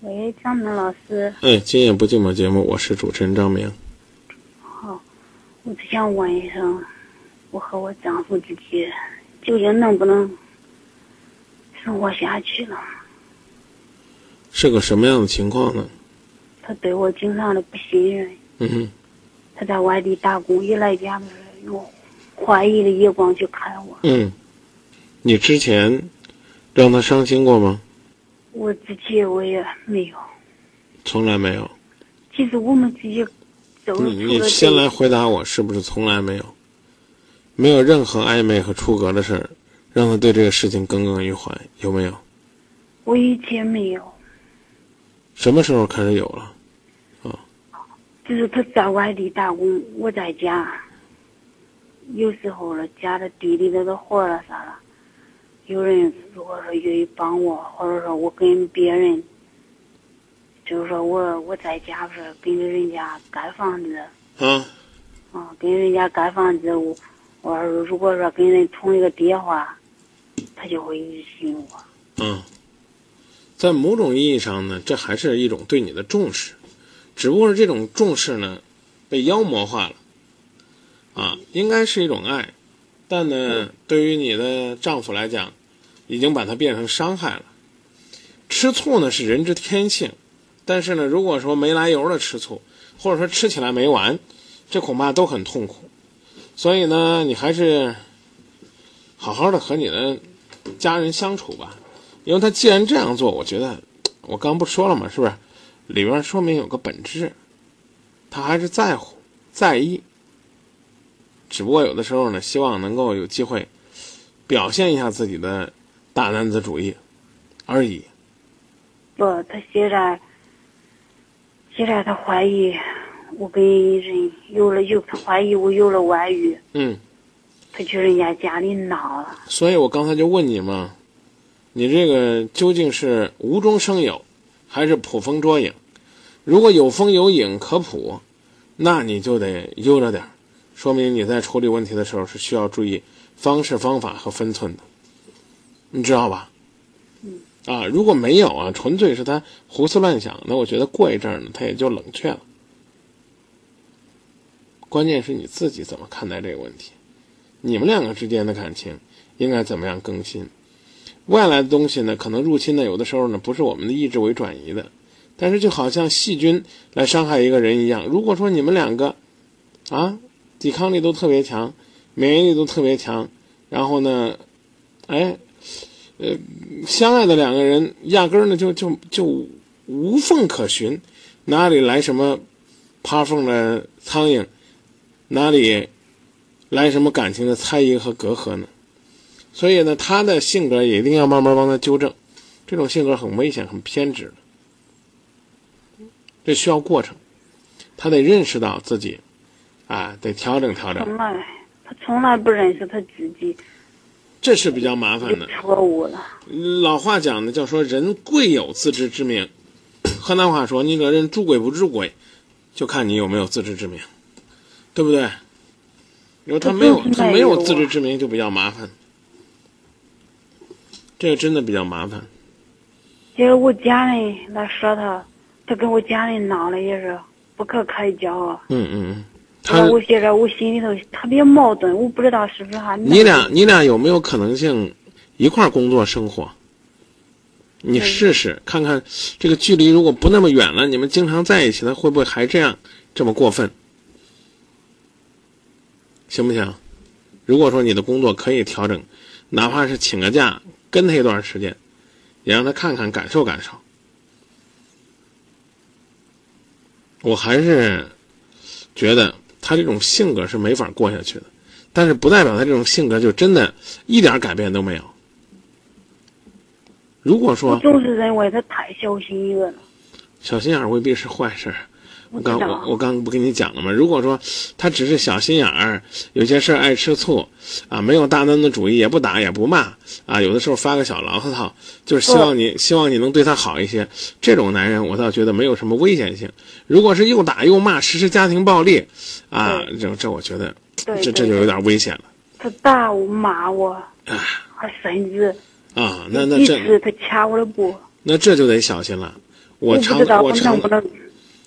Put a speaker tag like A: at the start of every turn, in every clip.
A: 喂，张明老师，
B: 哎，今夜不寂寞节目，我是主持人张明。
A: 好，我只想问一声，我和我丈夫之间究竟能不能生活下去了？
B: 是个什么样的情况呢？
A: 他对我经常的不信任，
B: 嗯哼，
A: 他在外地打工，一来家就是用怀疑的眼光去看我。
B: 嗯，你之前让他伤心过吗？
A: 我自己我也没有，
B: 从来没有。
A: 其实我们自己走出
B: 你你
A: 了
B: 先来
A: 这，
B: 回答我，是不是从来没有？没有任何暧昧和出格的事儿，让他对这个事情耿耿于怀，有没有？
A: 我以前没有，
B: 什么时候开始有了？
A: 就是他在外地打工，我在家。有时候了，家的地里头的活儿了啥了，有人如果说愿意帮我，或者说我跟别人，就是说我我在家不是跟着人家盖房子，
B: 啊，
A: 啊，跟人家盖房子，我我要是如果说跟人通一个电话，他就会疑心我。
B: 嗯，在某种意义上呢，这还是一种对你的重视，只不过是这种重视呢，被妖魔化了，啊，应该是一种爱，但呢，对于你的丈夫来讲，已经把它变成伤害了。吃醋呢是人之天性，但是呢，如果说没来由的吃醋，或者说吃起来没完，这恐怕都很痛苦。所以呢，你还是好好的和你的家人相处吧，因为他既然这样做，我觉得我刚不说了嘛，是不是？里边说明有个本质，他还是在乎、在意，只不过有的时候呢，希望能够有机会表现一下自己的大男子主义而已。
A: 不，他现在现在他怀疑我跟人有了有，他怀疑我有了外遇，
B: 嗯，
A: 他去人家家里闹了。
B: 所以我刚才就问你嘛，你这个究竟是无中生有，还是捕风捉影？如果有风有影可捕，那你就得悠着点儿，说明你在处理问题的时候是需要注意方式、方法和分寸的，你知道吧？啊，如果没有啊，纯粹是他胡思乱想，那我觉得过一阵儿呢，他也就冷却了。关键是你自己怎么看待这个问题，你们两个之间的感情应该怎么样更新。外来的东西呢，可能入侵呢，有的时候呢，不是我们的意志为转移的，但是就好像细菌来伤害一个人一样。如果说你们两个啊，抵抗力都特别强，免疫力都特别强，然后呢，哎，呃，相爱的两个人压根儿呢就就就无缝可寻，哪里来什么爬缝的苍蝇，哪里来什么感情的猜疑和隔阂呢？所以呢，他的性格也一定要慢慢帮他纠正。这种性格很危险、很偏执的，这需要过程。他得认识到自己，啊，得调整调整
A: 从，来他从来不认识他自己
B: 这是比较麻烦的
A: 的。错误了。
B: 老话讲呢，叫说人贵有自知之明。河南话说，你这人主鬼不主鬼，就看你有没有自知之明，对不对？如果他没有
A: 他，就是
B: 他
A: 没
B: 没
A: 有啊
B: 有自知之明，就比较麻烦。这个真的比较麻烦。
A: 结果我家里来说他，他跟我家里闹了也是不可开交啊。
B: 嗯嗯嗯，他
A: 然后我现在我心里头特别矛盾，我不知道是不是还能
B: 你俩你俩有没有可能性一块儿工作生活？你试试看看，这个距离如果不那么远了，你们经常在一起，他会不会还这样这么过分？行不行？如果说你的工作可以调整，哪怕是请个假跟他一段时间，也让他看看感受感受。我还是觉得他这种性格是没法过下去的。但是不代表他这种性格就真的一点改变都没有。如果
A: 我
B: 说
A: 总是认为他太小心眼了。
B: 小心眼儿未必是坏事儿，我
A: 我
B: 刚
A: 知
B: 我
A: 道，
B: 我刚不跟你讲了吗？如果说他只是小心眼儿，有些事儿爱吃醋啊，没有大男子主义，也不打也不骂啊，有的时候发个小牢骚，就是希望你希望你能对他好一些。这种男人，我倒觉得没有什么危险性。如果是又打又骂，实施家庭暴力啊，这这我觉得
A: 对
B: 这这就
A: 对
B: 有点危险了
A: 他打我骂我，还甚至
B: 啊。那那
A: 一
B: 这
A: 次他掐我的脖，
B: 那这就得小心了。我
A: 不
B: 常
A: 知道
B: 我
A: 我能
B: 常
A: 不能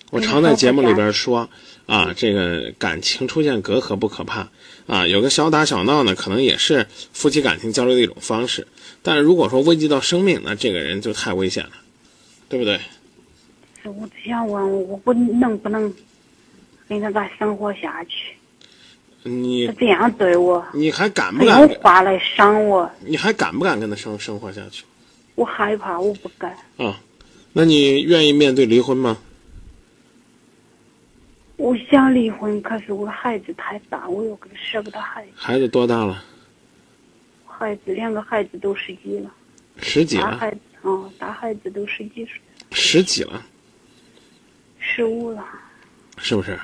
B: 我
A: 嗯
B: 常在节目里边说啊，这个感情出现隔阂不可怕啊，有个小打小闹呢，可能也是夫妻感情交流的一种方式。但是如果说危及到生命，那这个人就太危险了，对不对？
A: 是嗯我只想问，我不能不能跟他咋生活下去？他
B: 你
A: 这样对我，
B: 你还敢不
A: 他
B: 敢
A: 用？话来伤我，
B: 你还敢不敢跟他生生活下去
A: 我害怕，我不敢。
B: 啊？那你愿意面对离婚吗？
A: 我想离婚，可是我的孩子太大，我又舍不得孩子，
B: 孩子多大了？
A: 孩子两个孩子都十几了，
B: 十几
A: 大
B: 了？
A: 孩子啊、嗯大孩子都十几岁，
B: 十几了？
A: 十五了。
B: 是不是？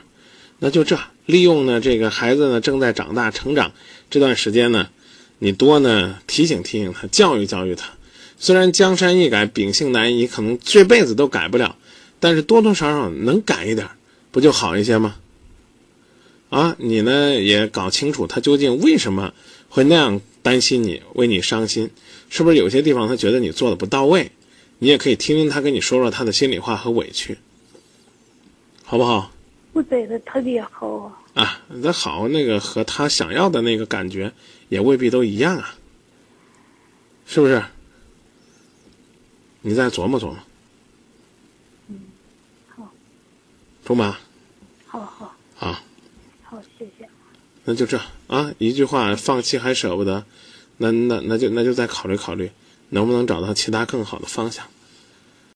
B: 那就这，利用呢这个孩子呢正在长大成长这段时间呢，你多呢提醒提醒他，教育教育他。虽然江山易改，秉性难移，可能这辈子都改不了，但是多多少少能改一点儿，不就好一些吗？啊，你呢也搞清楚他究竟为什么会那样担心你，为你伤心，是不是有些地方他觉得你做的不到位？你也可以听听他跟你说说他的心里话和委屈，好不好？
A: 我对他特别好啊，
B: 啊，那好，那个和他想要的那个感觉也未必都一样啊，是不是？你再琢磨琢磨。嗯，
A: 好。
B: 中吧，
A: 好好
B: 好，
A: 好，谢谢。
B: 那就这啊，一句话，放弃还舍不得，那那那就那就再考虑考虑，能不能找到其他更好的方向。